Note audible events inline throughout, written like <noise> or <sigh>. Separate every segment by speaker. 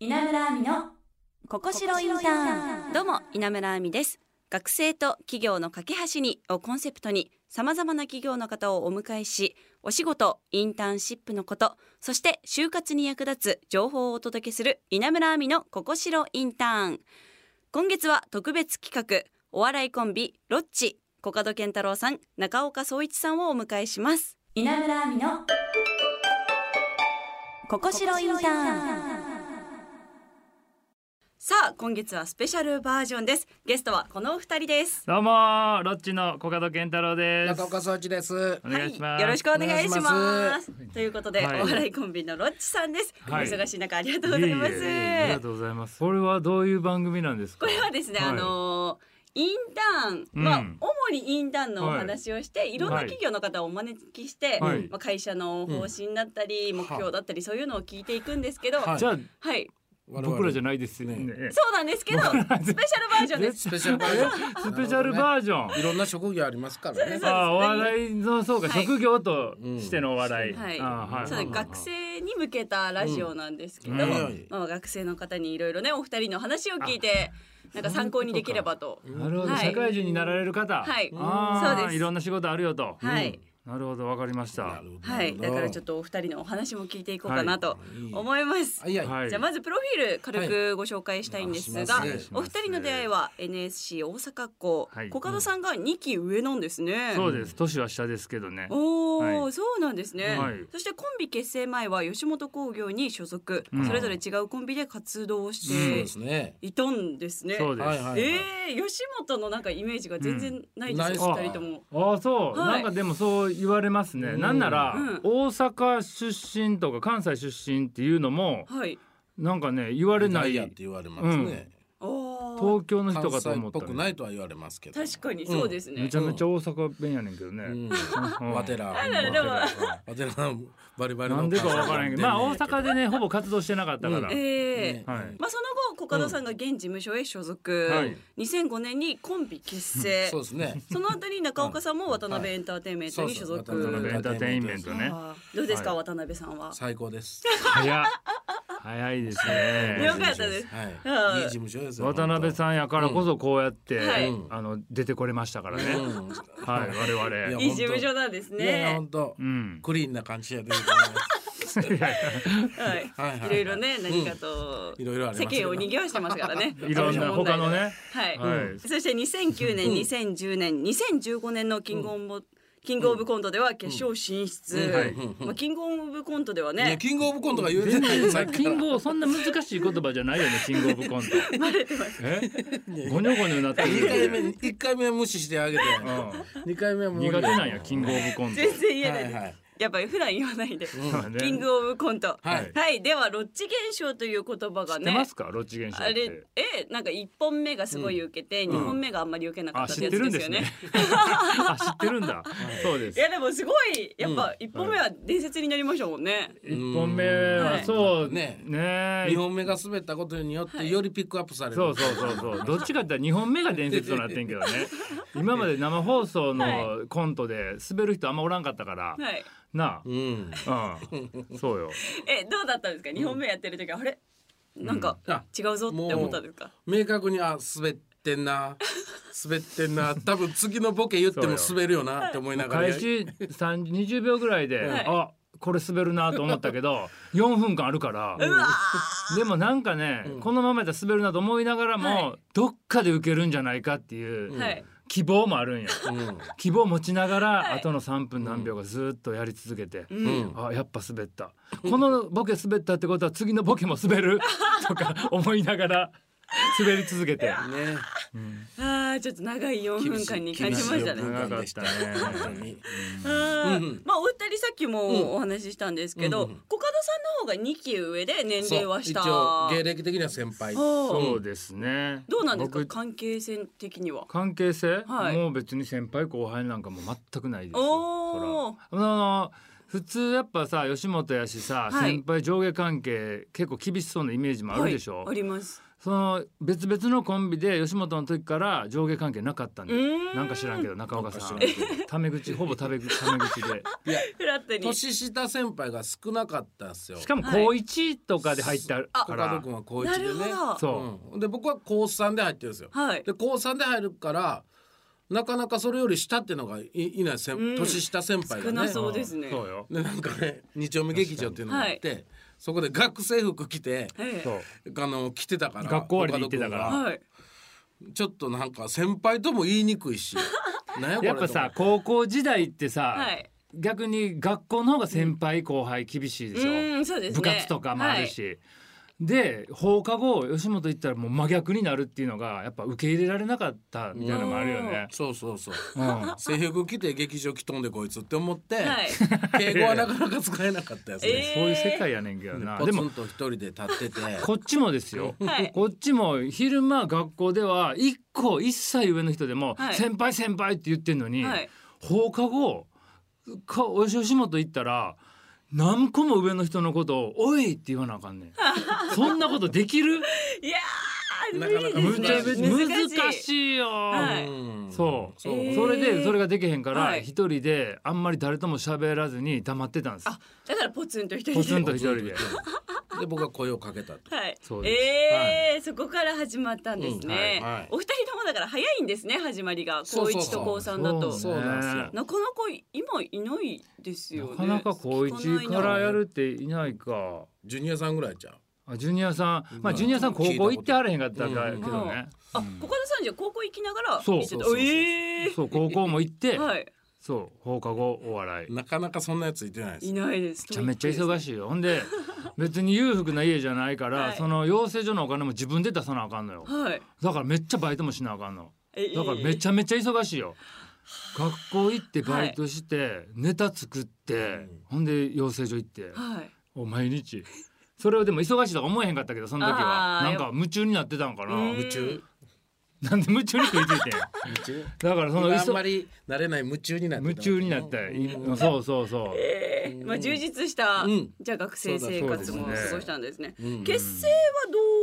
Speaker 1: 稲村亜美の
Speaker 2: ここしろインターンどうも稲村亜美です学生と企業の架け橋にをコンセプトにさまざまな企業の方をお迎えしお仕事インターンシップのことそして就活に役立つ情報をお届けする稲村亜美のここしろインターン今月は特別企画お笑いコンビロッチコカド健太郎さん中岡総一さんをお迎えします
Speaker 1: 稲村亜美の
Speaker 2: ここしろインターンさあ今月はスペシャルバージョンですゲストはこのお二人です
Speaker 3: どうもーロッチのコカド健太郎です
Speaker 4: 中岡総一です。
Speaker 3: お願いしま
Speaker 2: は
Speaker 3: す、
Speaker 2: い、よろしくお願いします
Speaker 4: お願いし
Speaker 2: ということで、
Speaker 3: はい
Speaker 2: お笑いコンビのロッチさんです、
Speaker 3: はい
Speaker 2: お忙しい中ありがとうございます
Speaker 3: えいえいえありがとうございますこれはどういう番組なんですか
Speaker 2: これはですね、
Speaker 3: はい
Speaker 2: あのーインターン、まあ
Speaker 3: うん
Speaker 2: 主にインターンのお話をして、い、ろんな企業の方をお招きして、
Speaker 3: はい
Speaker 2: まあ、会社の方針だったり、目標だったりそういうのを聞いていくんですけど、はい
Speaker 4: は
Speaker 3: じゃあ僕らじゃ
Speaker 4: ゃ
Speaker 3: ないですよねね
Speaker 2: そうなんですけ
Speaker 3: <laughs>
Speaker 2: どスペシャルバージョンです
Speaker 4: スペシャルバージョン。
Speaker 3: スペシャルバージョン、
Speaker 4: いろんな職業ありますからね。
Speaker 3: ああお笑いのそうか、
Speaker 2: はい
Speaker 3: 職業としてのお笑い、
Speaker 2: はい
Speaker 3: ああはい
Speaker 2: そう学生に向けたラジオなんですけど、
Speaker 3: うん
Speaker 4: うん
Speaker 2: まあ、学生の方にいろいろねお二人の話を聞いてなんか参考にできればと。
Speaker 3: なるほど、
Speaker 2: はい
Speaker 3: 社会人になられる方、
Speaker 2: はい
Speaker 3: ああ
Speaker 2: そうです
Speaker 3: いろんな仕事あるよと、
Speaker 2: はい、
Speaker 3: なるほどわかりましたは
Speaker 2: はい、だからちょっとお二人のお話も聞いていこうかなと思います。
Speaker 4: はいはい
Speaker 3: い
Speaker 2: じゃあまずプロフィール軽くご紹介したいんですが、
Speaker 4: はいお願いし
Speaker 2: お
Speaker 3: ます
Speaker 2: 二人の出会いは NSC 大阪校、
Speaker 3: はい
Speaker 2: コカドさんが2期上なんですね。
Speaker 3: そうです年は下ですけどね
Speaker 2: おー
Speaker 3: はい
Speaker 2: そうなんですね、
Speaker 3: はい
Speaker 2: そしてコンビ結成前は吉本興業に所属、
Speaker 3: うん
Speaker 2: それぞれ違うコンビで活動をし
Speaker 4: そうで
Speaker 2: て
Speaker 4: すね。
Speaker 2: いたんですね。
Speaker 3: そうです、
Speaker 4: はいはい。
Speaker 2: えー、吉本のなんかイメージが全然ないですよ、
Speaker 4: うん
Speaker 2: 二人とも。
Speaker 3: ああそう、
Speaker 2: はい
Speaker 3: なんかでもそう言われますね、
Speaker 4: うん
Speaker 3: なんなら、
Speaker 2: うん
Speaker 3: 大阪出身とか関西出身っていうのも
Speaker 2: はい。
Speaker 3: なんかね言われな
Speaker 4: ない
Speaker 3: い
Speaker 4: やって言われますね。
Speaker 2: おお。
Speaker 3: 東京の人
Speaker 4: 関
Speaker 3: かと
Speaker 4: 西
Speaker 3: 思
Speaker 4: っ
Speaker 3: っ
Speaker 4: ぽ
Speaker 3: た
Speaker 4: く
Speaker 3: ね、
Speaker 4: ないとは言われますけど。
Speaker 2: 確かにそうですね。
Speaker 3: めちゃめちゃ大阪弁やねんけどね、
Speaker 4: うん。
Speaker 3: うん
Speaker 4: わてら。
Speaker 2: あらでも
Speaker 4: わてらバリバリの。
Speaker 3: なんでかわからんけどまあ大阪で
Speaker 4: ね。
Speaker 3: ねほぼ活動してなかったから、
Speaker 4: うん
Speaker 2: ええ
Speaker 3: はい
Speaker 2: まあ、その後コカドさんが現事務所へ所属、
Speaker 3: はい
Speaker 2: 2005年にコンビ結成
Speaker 4: そうですね。
Speaker 2: その後に中岡さんも渡辺エンターテインメントに所属、
Speaker 4: そうそう
Speaker 3: 渡辺エンターテインメントね
Speaker 2: あーどうですか、
Speaker 3: は
Speaker 2: 渡辺さんは
Speaker 4: 最高
Speaker 2: <laughs>
Speaker 4: です。
Speaker 3: 早っ早いです
Speaker 2: 了
Speaker 3: ね
Speaker 2: 解です
Speaker 4: はい。いい事務所ですよ。
Speaker 3: 渡辺さんやからこそこうやって、
Speaker 2: はい
Speaker 3: あの出てこれましたからね、
Speaker 4: うん。
Speaker 3: はい我々
Speaker 4: い
Speaker 2: いい事務所なんです
Speaker 4: いやいや
Speaker 2: ね
Speaker 4: 本当
Speaker 3: う。ん <laughs>
Speaker 4: クリーンな感じやで。
Speaker 2: はい
Speaker 4: はいはい
Speaker 2: いろいろね何かと、
Speaker 4: いろいろあり
Speaker 2: 世
Speaker 4: ますけ
Speaker 2: 間
Speaker 4: ど
Speaker 2: を賑わしてますから
Speaker 4: <laughs>
Speaker 2: ね
Speaker 3: いろんな他のね
Speaker 2: はい、
Speaker 3: はい
Speaker 2: そして2009年、2010年2015年のキングオブ、キングオブコントでは決勝進出、
Speaker 4: うん
Speaker 3: はい
Speaker 2: まあ、キングオブコントではい
Speaker 4: や
Speaker 2: ね
Speaker 4: キングオブコントが言うてないよさっき
Speaker 3: キ
Speaker 4: から
Speaker 3: ングオそんな難しい言葉じゃないよねキングオブコント
Speaker 2: バレてます
Speaker 3: えごにょごにょなってる
Speaker 4: 一
Speaker 3: よ
Speaker 4: 回
Speaker 3: ね
Speaker 4: 目一回目は無視してあげて
Speaker 3: う
Speaker 4: 二回目はも
Speaker 3: ん
Speaker 4: う
Speaker 3: 苦手なんやキングオブコント
Speaker 2: 全然言えな
Speaker 4: はいいはい
Speaker 2: やっぱり普段言わないで、
Speaker 3: まあね
Speaker 2: キングオブコントは
Speaker 4: はいい、
Speaker 2: ではロッチ現象という言葉が
Speaker 3: 知ってま
Speaker 2: ね
Speaker 3: すかロッチ現象
Speaker 2: あ
Speaker 3: って
Speaker 2: れえなんか一本目がすごい受けて、二本目があんまり受けなか
Speaker 3: あ
Speaker 2: ったっ
Speaker 3: 知
Speaker 2: てや
Speaker 3: って
Speaker 2: つ
Speaker 3: るん
Speaker 2: で
Speaker 3: です
Speaker 2: よね
Speaker 3: すね <laughs> あ知ってるんだそうで
Speaker 2: い
Speaker 3: す
Speaker 2: やでもすごいやっぱ一本目は伝説になりましたもんね、
Speaker 3: 一本目はそうね
Speaker 4: ね二本目が滑ったことによってよりピックアップされる
Speaker 3: そうそうそ
Speaker 2: <laughs>
Speaker 3: うそうどっちかって言ったら2本目が伝説となってんけどね今まで生放送のコントで滑る人あんまおらんかったか
Speaker 2: は
Speaker 3: ら
Speaker 2: い
Speaker 3: な
Speaker 4: うん
Speaker 3: あうんそうよ
Speaker 2: えどうだったんですか二本目やってる時はあれなんか
Speaker 4: あ
Speaker 2: 違うぞって思ったんですか、
Speaker 4: 明確にあ滑ってんな滑ってんな多分次のボケ言っても滑るよなって思いながら
Speaker 3: 開始3 20秒ぐらいで、
Speaker 2: はい
Speaker 3: あこれ滑るなと思った
Speaker 2: <laughs>
Speaker 3: けど4分間あるから、
Speaker 2: うわ
Speaker 3: でもなんかね、このままやったら滑るなと思いながらも、
Speaker 2: は
Speaker 3: どっかで受けるんじゃないかっていう
Speaker 2: ー、はい
Speaker 3: 希望もある
Speaker 2: <laughs>
Speaker 3: んよ。
Speaker 4: うん
Speaker 3: 希望を持ちながら、
Speaker 2: はい
Speaker 3: あとの3分何秒がずっとやり続けて、
Speaker 4: うん
Speaker 3: あやっぱ滑ったこのボケ滑ったってことは次のボケも滑
Speaker 2: <laughs>
Speaker 3: るとか思いながら滑り続けて
Speaker 4: ね
Speaker 2: あーちょっと長い四分間に感
Speaker 4: 厳
Speaker 2: じ
Speaker 4: しい
Speaker 2: ましたね
Speaker 4: 厳しい
Speaker 3: 長かったね。
Speaker 4: 本当に
Speaker 2: あー
Speaker 4: うんうん
Speaker 2: まあお二人さっきもお話ししたんですけど、
Speaker 4: うんうんうん
Speaker 2: コカドさんの方が2期上で年齢は下
Speaker 4: そう一応芸歴的には先輩
Speaker 2: ほう
Speaker 3: そうですね
Speaker 2: どうなんですか
Speaker 3: 僕
Speaker 2: 関係性的には
Speaker 3: 関係性、
Speaker 2: はい
Speaker 3: もう別に先輩後輩なんかも全くないですよ
Speaker 2: おー
Speaker 3: そらあの普通やっぱさ吉本やしさ、
Speaker 2: はい
Speaker 3: 先輩上下関係結構厳しそうなイメージもあるでしょ、
Speaker 2: はいあります
Speaker 3: その別々のコンビで吉本の時から上下関係なかったんで
Speaker 2: うーん
Speaker 3: なんか知らんけど中岡さん
Speaker 4: なんか知らんけ
Speaker 3: タメ口ほぼタメ
Speaker 4: <laughs>
Speaker 3: 口タメ口で
Speaker 4: い
Speaker 3: <laughs>
Speaker 4: や
Speaker 2: フラットに
Speaker 4: 年下先輩が少なかったんですよ
Speaker 3: しかも高一とかで入ってあるか
Speaker 4: コ
Speaker 3: ら、
Speaker 4: カド君は高一
Speaker 2: な
Speaker 4: で
Speaker 2: る
Speaker 4: ね
Speaker 2: ほど
Speaker 3: そう、
Speaker 4: うん、で僕は高3で入ってるんですよ
Speaker 2: はい
Speaker 4: で高3で入るからなかなかそれより下っていうのがいいない先
Speaker 2: うん
Speaker 4: 年下先輩が
Speaker 2: 少な
Speaker 4: ね
Speaker 2: そうですね
Speaker 3: んそうよ
Speaker 4: でなんかね日曜日劇場っていうのがあって、そこで学生服着て
Speaker 2: え
Speaker 3: そう
Speaker 4: あの着てたから
Speaker 3: 学校終わりで行ってたから
Speaker 2: え
Speaker 4: コカド君が
Speaker 2: はい
Speaker 4: ちょっとなんか先輩とも言いにく
Speaker 3: <laughs>
Speaker 4: いしなんやこれ
Speaker 3: やっぱさ
Speaker 4: と思
Speaker 3: 高校時代ってさ、
Speaker 2: はい
Speaker 3: 逆に学校の方が先輩後輩厳しいでしょ、
Speaker 2: うんそうですね
Speaker 3: 部活とかもあるし、で放課後吉本行ったらもう真逆になるっていうのがやっぱ受け入れられなかったみたいなのもあるよね
Speaker 4: って、そうそうそう
Speaker 3: うん、
Speaker 4: 制服着て劇場着とんでこいつって思って、
Speaker 2: はい
Speaker 4: <laughs> 敬語はなかなか使えなかったやつ
Speaker 2: え
Speaker 4: ね、
Speaker 3: そういう世界やねんけどな、
Speaker 4: ポ
Speaker 3: で
Speaker 4: ツ
Speaker 3: も
Speaker 4: ンと一人で立ってて
Speaker 3: こっちもですよ、
Speaker 2: はい
Speaker 3: <laughs> こっちも昼間学校では一個一歳上の人でも
Speaker 2: はい
Speaker 3: 「先輩先輩」って言ってんのに、
Speaker 2: はい
Speaker 3: 放課後かお吉本行ったら何個も上の人のことを「おい!」って言わなあかんね
Speaker 2: <laughs>
Speaker 3: んそんなことでき
Speaker 2: い
Speaker 3: る
Speaker 2: やー無
Speaker 4: なかなか
Speaker 2: 理ですね
Speaker 3: 難
Speaker 2: 難しい
Speaker 3: しいよ、
Speaker 2: はい
Speaker 4: うん
Speaker 3: そう、
Speaker 4: そう、
Speaker 2: えー
Speaker 3: それでそれができへんか
Speaker 2: は
Speaker 3: ら
Speaker 2: い
Speaker 3: 一人であんまり誰とも喋らずに黙ってたんです
Speaker 2: あだからポツンと一人で
Speaker 3: ポツンと一人で
Speaker 4: で僕は声をかけたと
Speaker 2: はい
Speaker 3: そうです
Speaker 2: えーそこから始まったんですね
Speaker 4: うんはいはい
Speaker 2: お二人ともだから早いんですね始まりが
Speaker 4: そ
Speaker 2: 高
Speaker 4: うそう
Speaker 2: 一
Speaker 4: そ
Speaker 2: と
Speaker 4: う
Speaker 2: 高三だと
Speaker 4: そうなんですよ
Speaker 2: なかなか今いないですよ
Speaker 3: な
Speaker 2: ね
Speaker 3: かなか高一
Speaker 2: 聞な
Speaker 3: か
Speaker 2: いな
Speaker 3: らやるっていないか。
Speaker 4: ジュニアさんぐらいじゃん
Speaker 3: あジュニアさん、まあ
Speaker 4: うん
Speaker 3: ジュニアさん高校行ってあれへんかったから
Speaker 4: う
Speaker 3: け
Speaker 4: ん
Speaker 3: どね。
Speaker 2: あ、ここの三じゃ高校行きながら
Speaker 3: そう
Speaker 2: 一緒だ
Speaker 4: そうそうそう
Speaker 2: ええ
Speaker 3: そう高校も行って、
Speaker 2: はい
Speaker 3: そう放課後お笑い。め
Speaker 4: なかなかそんなやついてないで
Speaker 2: い
Speaker 4: す
Speaker 2: ないです
Speaker 3: ちゃめちゃ忙
Speaker 2: しい
Speaker 3: しいよ。ほんで別に裕福な家じゃないから、
Speaker 2: はい
Speaker 3: その養成所のお金も自分で出さなあかんのよ。
Speaker 2: はい
Speaker 3: だからめっちゃバイトもしなあかんの。
Speaker 2: え
Speaker 3: だからめちゃめちゃ忙しいよ。学校行ってバイトして、ネタ作って、
Speaker 4: うん
Speaker 3: ほんで養成所行って、
Speaker 2: はい
Speaker 3: お毎日。それをでも忙しいとか思えへんかったけどその時は
Speaker 2: あー
Speaker 3: なんか夢中になってたんかな。
Speaker 2: うん
Speaker 4: 夢中
Speaker 3: なんで夢中に食いついてん。
Speaker 4: 夢中
Speaker 3: だからその
Speaker 4: あん
Speaker 3: 嘘
Speaker 4: まり慣れない夢中になってた
Speaker 3: 夢中になったよ
Speaker 4: うん
Speaker 3: そうそうそう。
Speaker 2: えーまあ充実した、
Speaker 4: うん
Speaker 2: じゃあ学生生活
Speaker 3: そ
Speaker 2: も
Speaker 3: うだそうですね
Speaker 2: 過ごしたんですね
Speaker 4: うん
Speaker 2: 結成は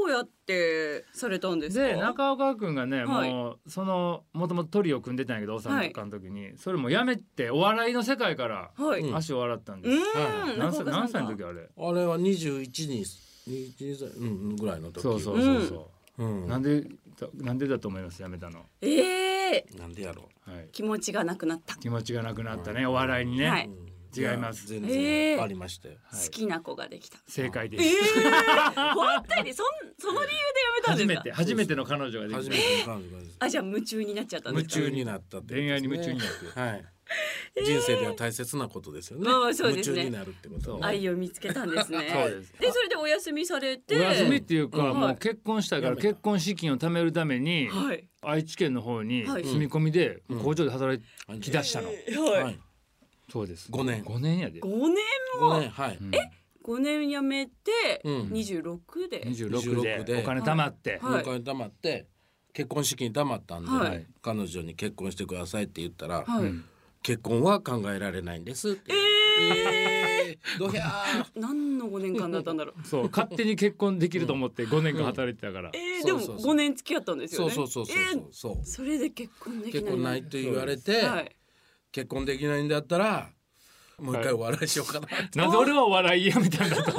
Speaker 2: どうやってされたんですか
Speaker 3: で中岡君がね、
Speaker 2: はい
Speaker 3: もうそのもともとトリオ組んでたんやけど大阪の時に、それもやめてお笑いの世界から
Speaker 2: はい、う
Speaker 4: うんん
Speaker 3: 足を洗ったんです、
Speaker 4: は
Speaker 3: 何
Speaker 2: 中岡さ
Speaker 3: 歳
Speaker 2: ん
Speaker 3: 何歳の
Speaker 2: が
Speaker 3: 時あれ
Speaker 4: あれは21に21歳うんぐらいの時、
Speaker 3: そうそうそうそうう、
Speaker 4: ん、
Speaker 3: なんでだなんでだと思いますやめたの、
Speaker 2: ええ
Speaker 4: なんでやろう
Speaker 3: はい、
Speaker 2: 気持ちがなくなった、
Speaker 3: 気持ちがなくなったねお笑いにね、
Speaker 2: はい
Speaker 3: 違います
Speaker 4: 全
Speaker 2: えー
Speaker 4: 然ありましたよ、
Speaker 3: はい
Speaker 2: 好きな子ができた
Speaker 3: 正解で
Speaker 2: え
Speaker 3: す、
Speaker 2: ー、本当にそんその理由でやめた
Speaker 3: 初
Speaker 2: んで
Speaker 3: め
Speaker 2: す
Speaker 3: て
Speaker 2: か
Speaker 3: 初めての彼女ができ
Speaker 4: 初
Speaker 3: た
Speaker 4: めての彼女がです
Speaker 2: あじゃあ夢中になっちゃったんで
Speaker 4: 夢
Speaker 2: すか
Speaker 4: 中になったってことですね
Speaker 3: 恋愛に夢中になって
Speaker 4: はい人生では大切なことですよね
Speaker 2: まあそうですね
Speaker 4: 夢中になるってことはね
Speaker 2: 愛を見つけたんです
Speaker 4: <laughs>
Speaker 2: ね
Speaker 3: そうです
Speaker 2: それでお休みされ
Speaker 3: お
Speaker 2: て
Speaker 3: 休みっていうか、
Speaker 2: うん
Speaker 3: もう結婚したいから
Speaker 4: やめた
Speaker 3: 結婚資金を貯めるために、
Speaker 2: はい
Speaker 3: 愛知県の方に
Speaker 2: はい
Speaker 3: 住み込みで
Speaker 4: うん
Speaker 3: 工場で働き出したの、
Speaker 2: はい、
Speaker 4: はい
Speaker 3: そうです
Speaker 4: 五年
Speaker 3: 5年やで
Speaker 2: 5年
Speaker 4: 五年はい、
Speaker 3: え
Speaker 2: 5年辞めて
Speaker 4: うん
Speaker 2: 26で、
Speaker 3: 26
Speaker 4: 26
Speaker 3: で
Speaker 4: で
Speaker 3: お金貯まって、
Speaker 2: はい
Speaker 4: お金貯まって結婚資金貯まったんで、
Speaker 2: はい
Speaker 4: 彼女に結婚してくださいって言ったら、
Speaker 2: はい、
Speaker 3: うん
Speaker 4: 結婚は考えられないんですって、えー、どひゃー
Speaker 2: 何の5年間だったんだろう
Speaker 3: そう勝手に結婚できると思って5年間働いてたから、
Speaker 2: えー、で
Speaker 4: そ
Speaker 2: も
Speaker 4: うそうそ
Speaker 2: 5
Speaker 4: う
Speaker 2: 年付き合ったんですよ
Speaker 4: そう
Speaker 2: ね
Speaker 4: そうそうそう
Speaker 2: えー
Speaker 4: そう、
Speaker 2: それで結婚できない
Speaker 4: 結婚ないと言われて、
Speaker 2: はい
Speaker 4: 結婚できないんだったらもう一回お笑いしようかなって、
Speaker 3: なんで俺はお笑いやめたんだと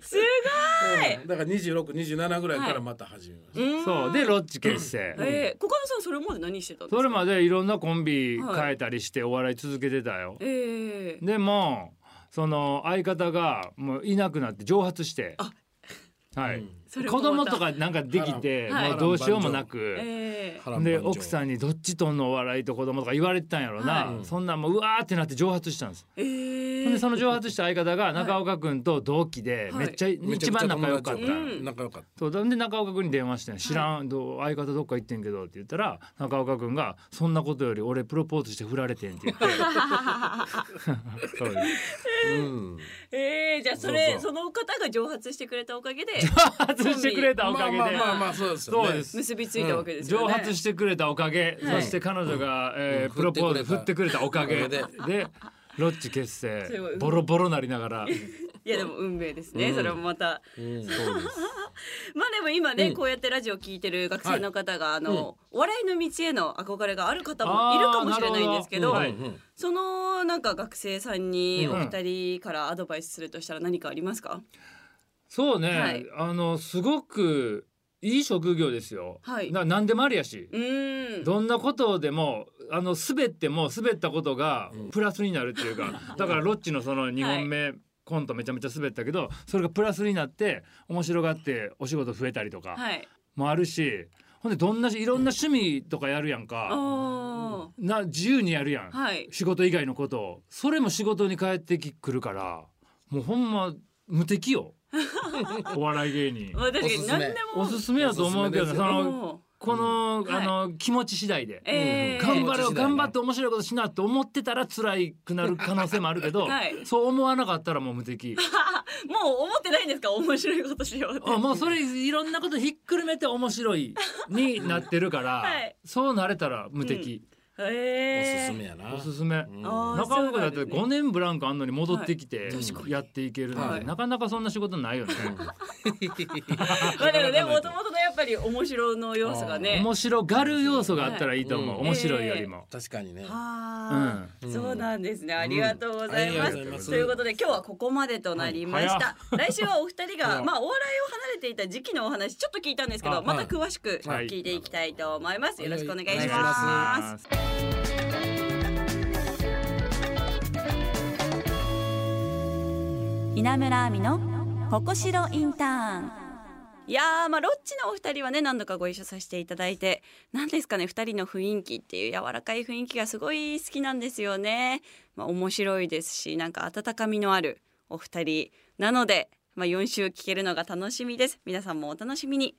Speaker 2: すごい、
Speaker 4: だから2627ぐらいからまた始めました、
Speaker 2: うん
Speaker 3: そうでロッチ結成、
Speaker 2: えー、コカドさんそれまで何してたんですか
Speaker 3: それまでいろんなコンビ変えたりしてお笑い続けてたよ、
Speaker 2: えー、
Speaker 3: でもその相方がもういなくなって蒸発して
Speaker 2: あ
Speaker 3: はい、
Speaker 4: うん
Speaker 2: それ
Speaker 3: 子
Speaker 2: もま
Speaker 3: 供
Speaker 2: た
Speaker 3: とかなんかできて、
Speaker 2: はい
Speaker 3: もうどうしようもなく、
Speaker 2: えー、
Speaker 4: 波乱
Speaker 3: で
Speaker 4: 万丈
Speaker 3: 奥さんにどっちとんのお笑いと子供とか言われてたんやろな、
Speaker 4: はい
Speaker 3: そんなんもううわーってなって蒸発したんです、
Speaker 2: え
Speaker 3: ほん
Speaker 2: ー、
Speaker 3: でその蒸発した相方が中岡君と同期で
Speaker 2: はい
Speaker 3: めっちゃ、
Speaker 4: め
Speaker 3: 一
Speaker 4: ちゃくち
Speaker 3: 番
Speaker 4: ゃ
Speaker 3: 仲良かった、
Speaker 4: 友達
Speaker 2: うん
Speaker 4: 仲良かっ
Speaker 3: そうほんで中岡君に電話してん「知らん、どう相方どっか行ってんけど」って言ったら中岡君が「そんなことより俺プロポーズして振られてん」って言ってそうです
Speaker 4: た、うん、
Speaker 2: えー、じゃあそれ
Speaker 4: そうそ
Speaker 2: その方が蒸発してくれたおかげで
Speaker 3: 発してくれたおかげで、
Speaker 4: まあまあまあまあそうですよね
Speaker 3: そうです
Speaker 2: 結びついたわけですよ
Speaker 3: 蒸
Speaker 2: ね、
Speaker 3: 発してくれたおかげ、
Speaker 2: はい
Speaker 3: そして彼女が、えー
Speaker 4: うん
Speaker 3: プロポーズ振
Speaker 4: 振
Speaker 3: っ
Speaker 4: ってて
Speaker 3: くれたおかげ
Speaker 4: お
Speaker 3: で
Speaker 4: か
Speaker 3: ロッチ結成
Speaker 2: すごい
Speaker 3: ボロボロなりながら
Speaker 2: いやでも運命ですね、
Speaker 4: うん
Speaker 2: それもまた
Speaker 4: うん
Speaker 2: まあでも今ね、
Speaker 4: うん
Speaker 2: こうやってラジオ聞いてる学生の方が、あの、お笑いの道への憧れがある方もいるかもしれないんですけど
Speaker 3: あーなるほどはい
Speaker 4: うんうん
Speaker 2: そのなんか学生さんに
Speaker 4: うん
Speaker 2: お二人からアドバイスするとしたら何かありますか、
Speaker 3: そうね、
Speaker 2: はい
Speaker 3: あのすごくいい職業ですよ、
Speaker 2: はい
Speaker 3: な何でもありやし
Speaker 2: う、ーん
Speaker 3: どんなことでもあの滑っても滑ったことが
Speaker 4: うん
Speaker 3: プラスになるっていう
Speaker 4: <laughs>
Speaker 3: か、だからロッチのその2本目、コントめちゃめちゃ滑ったけどそれがプラスになって面白がってお仕事増えたりとか
Speaker 2: はい
Speaker 3: もあるし、ほんでどんなしいろんな趣味とかやるやん
Speaker 2: お
Speaker 3: か、
Speaker 2: お
Speaker 3: な自由にやるや
Speaker 2: ー
Speaker 3: ん、
Speaker 2: はい
Speaker 3: 仕事以外のことをそれも仕事に帰ってきくるからもうほんま無敵
Speaker 4: <laughs>
Speaker 3: よお笑い芸人
Speaker 2: まあ確か
Speaker 4: おす
Speaker 2: に
Speaker 4: すめ
Speaker 2: 何でも
Speaker 3: おすすめやと思うけどね
Speaker 4: おすす
Speaker 3: そ
Speaker 4: め
Speaker 3: の
Speaker 2: おー
Speaker 3: この、
Speaker 2: はい
Speaker 3: あの気持ち次第で、
Speaker 2: えー、
Speaker 3: 頑張
Speaker 4: 気持ち
Speaker 3: ろう
Speaker 4: 次第ね
Speaker 3: 頑張って面白いことしなって思ってたら辛いくなる可能性もあるけ
Speaker 4: <laughs>
Speaker 3: ど、
Speaker 2: はい
Speaker 3: そう思わなかったらもう無敵
Speaker 2: もう思ってないんですか <laughs> 面白いことしようって
Speaker 3: あもうそれいろんなことひっくるめて面白いになってるから、
Speaker 4: <laughs>
Speaker 2: はい
Speaker 3: そうなれたら無敵、
Speaker 4: お
Speaker 2: え
Speaker 4: す
Speaker 2: ー
Speaker 4: すめやな
Speaker 3: おすすめ。
Speaker 4: うん
Speaker 2: あー
Speaker 3: 中岡だっ
Speaker 2: そ
Speaker 3: て
Speaker 2: うなんですね
Speaker 3: 5年ブランクあんのに戻ってきて
Speaker 4: い確かに
Speaker 3: やっていけるなん
Speaker 4: は
Speaker 3: て
Speaker 4: い
Speaker 3: なかなかそんな仕事ないよね。
Speaker 2: <laughs> まあでもねもと
Speaker 4: 働か
Speaker 2: もとのやっぱり面白の要素がね
Speaker 3: 面白がる要素があったらいいと思う
Speaker 4: はい
Speaker 3: 面白いよりも。
Speaker 4: 確かにね
Speaker 2: はあ、
Speaker 4: うん
Speaker 2: そうなんですね。ありがとうございます。
Speaker 4: ありがとうございます
Speaker 2: ということで今日はここまでとなりました。来週はお二人が
Speaker 4: うん
Speaker 2: まあお笑いを離れていた時期のお話ちょっと聞いたんですけ
Speaker 3: あは
Speaker 2: ど、
Speaker 3: い
Speaker 2: また詳しく
Speaker 3: はい
Speaker 2: 聞いていきたいと思います。よろしくお願い
Speaker 4: お願
Speaker 2: し
Speaker 4: いしま
Speaker 2: ます。
Speaker 1: 稲村亜美のここしろインターン
Speaker 2: いやーまあロッチのお二人はね何度かご一緒させていただいて何ですかね二人の雰囲気っていう柔らかい雰囲気がすごい好きなんですよね、まあ、面白いですしなんか温かみのあるお二人なので、まあ、4週聞けるのが楽しみです皆さんもお楽しみに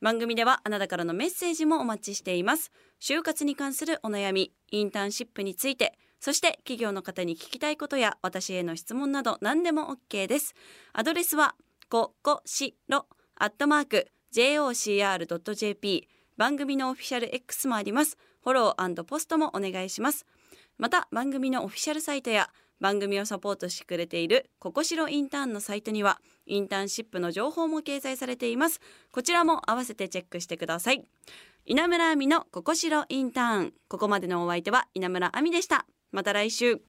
Speaker 2: 番組ではあなたからのメッセージもお待ちしています就活に関するお悩みインターンシップについてそして企業の方に聞きたいことや私への質問など何でも OK ですアドレスはここしろアットマーク jocr.jp 番組のオフィシャル X もありますフォローポストもお願いしますまた番組のオフィシャルサイトや番組をサポートしてくれているここしろインターンのサイトにはインターンシップの情報も掲載されていますこちらも合わせてチェックしてください稲村亜美のここしろインターンここまでのお相手は稲村亜美でしたまた来週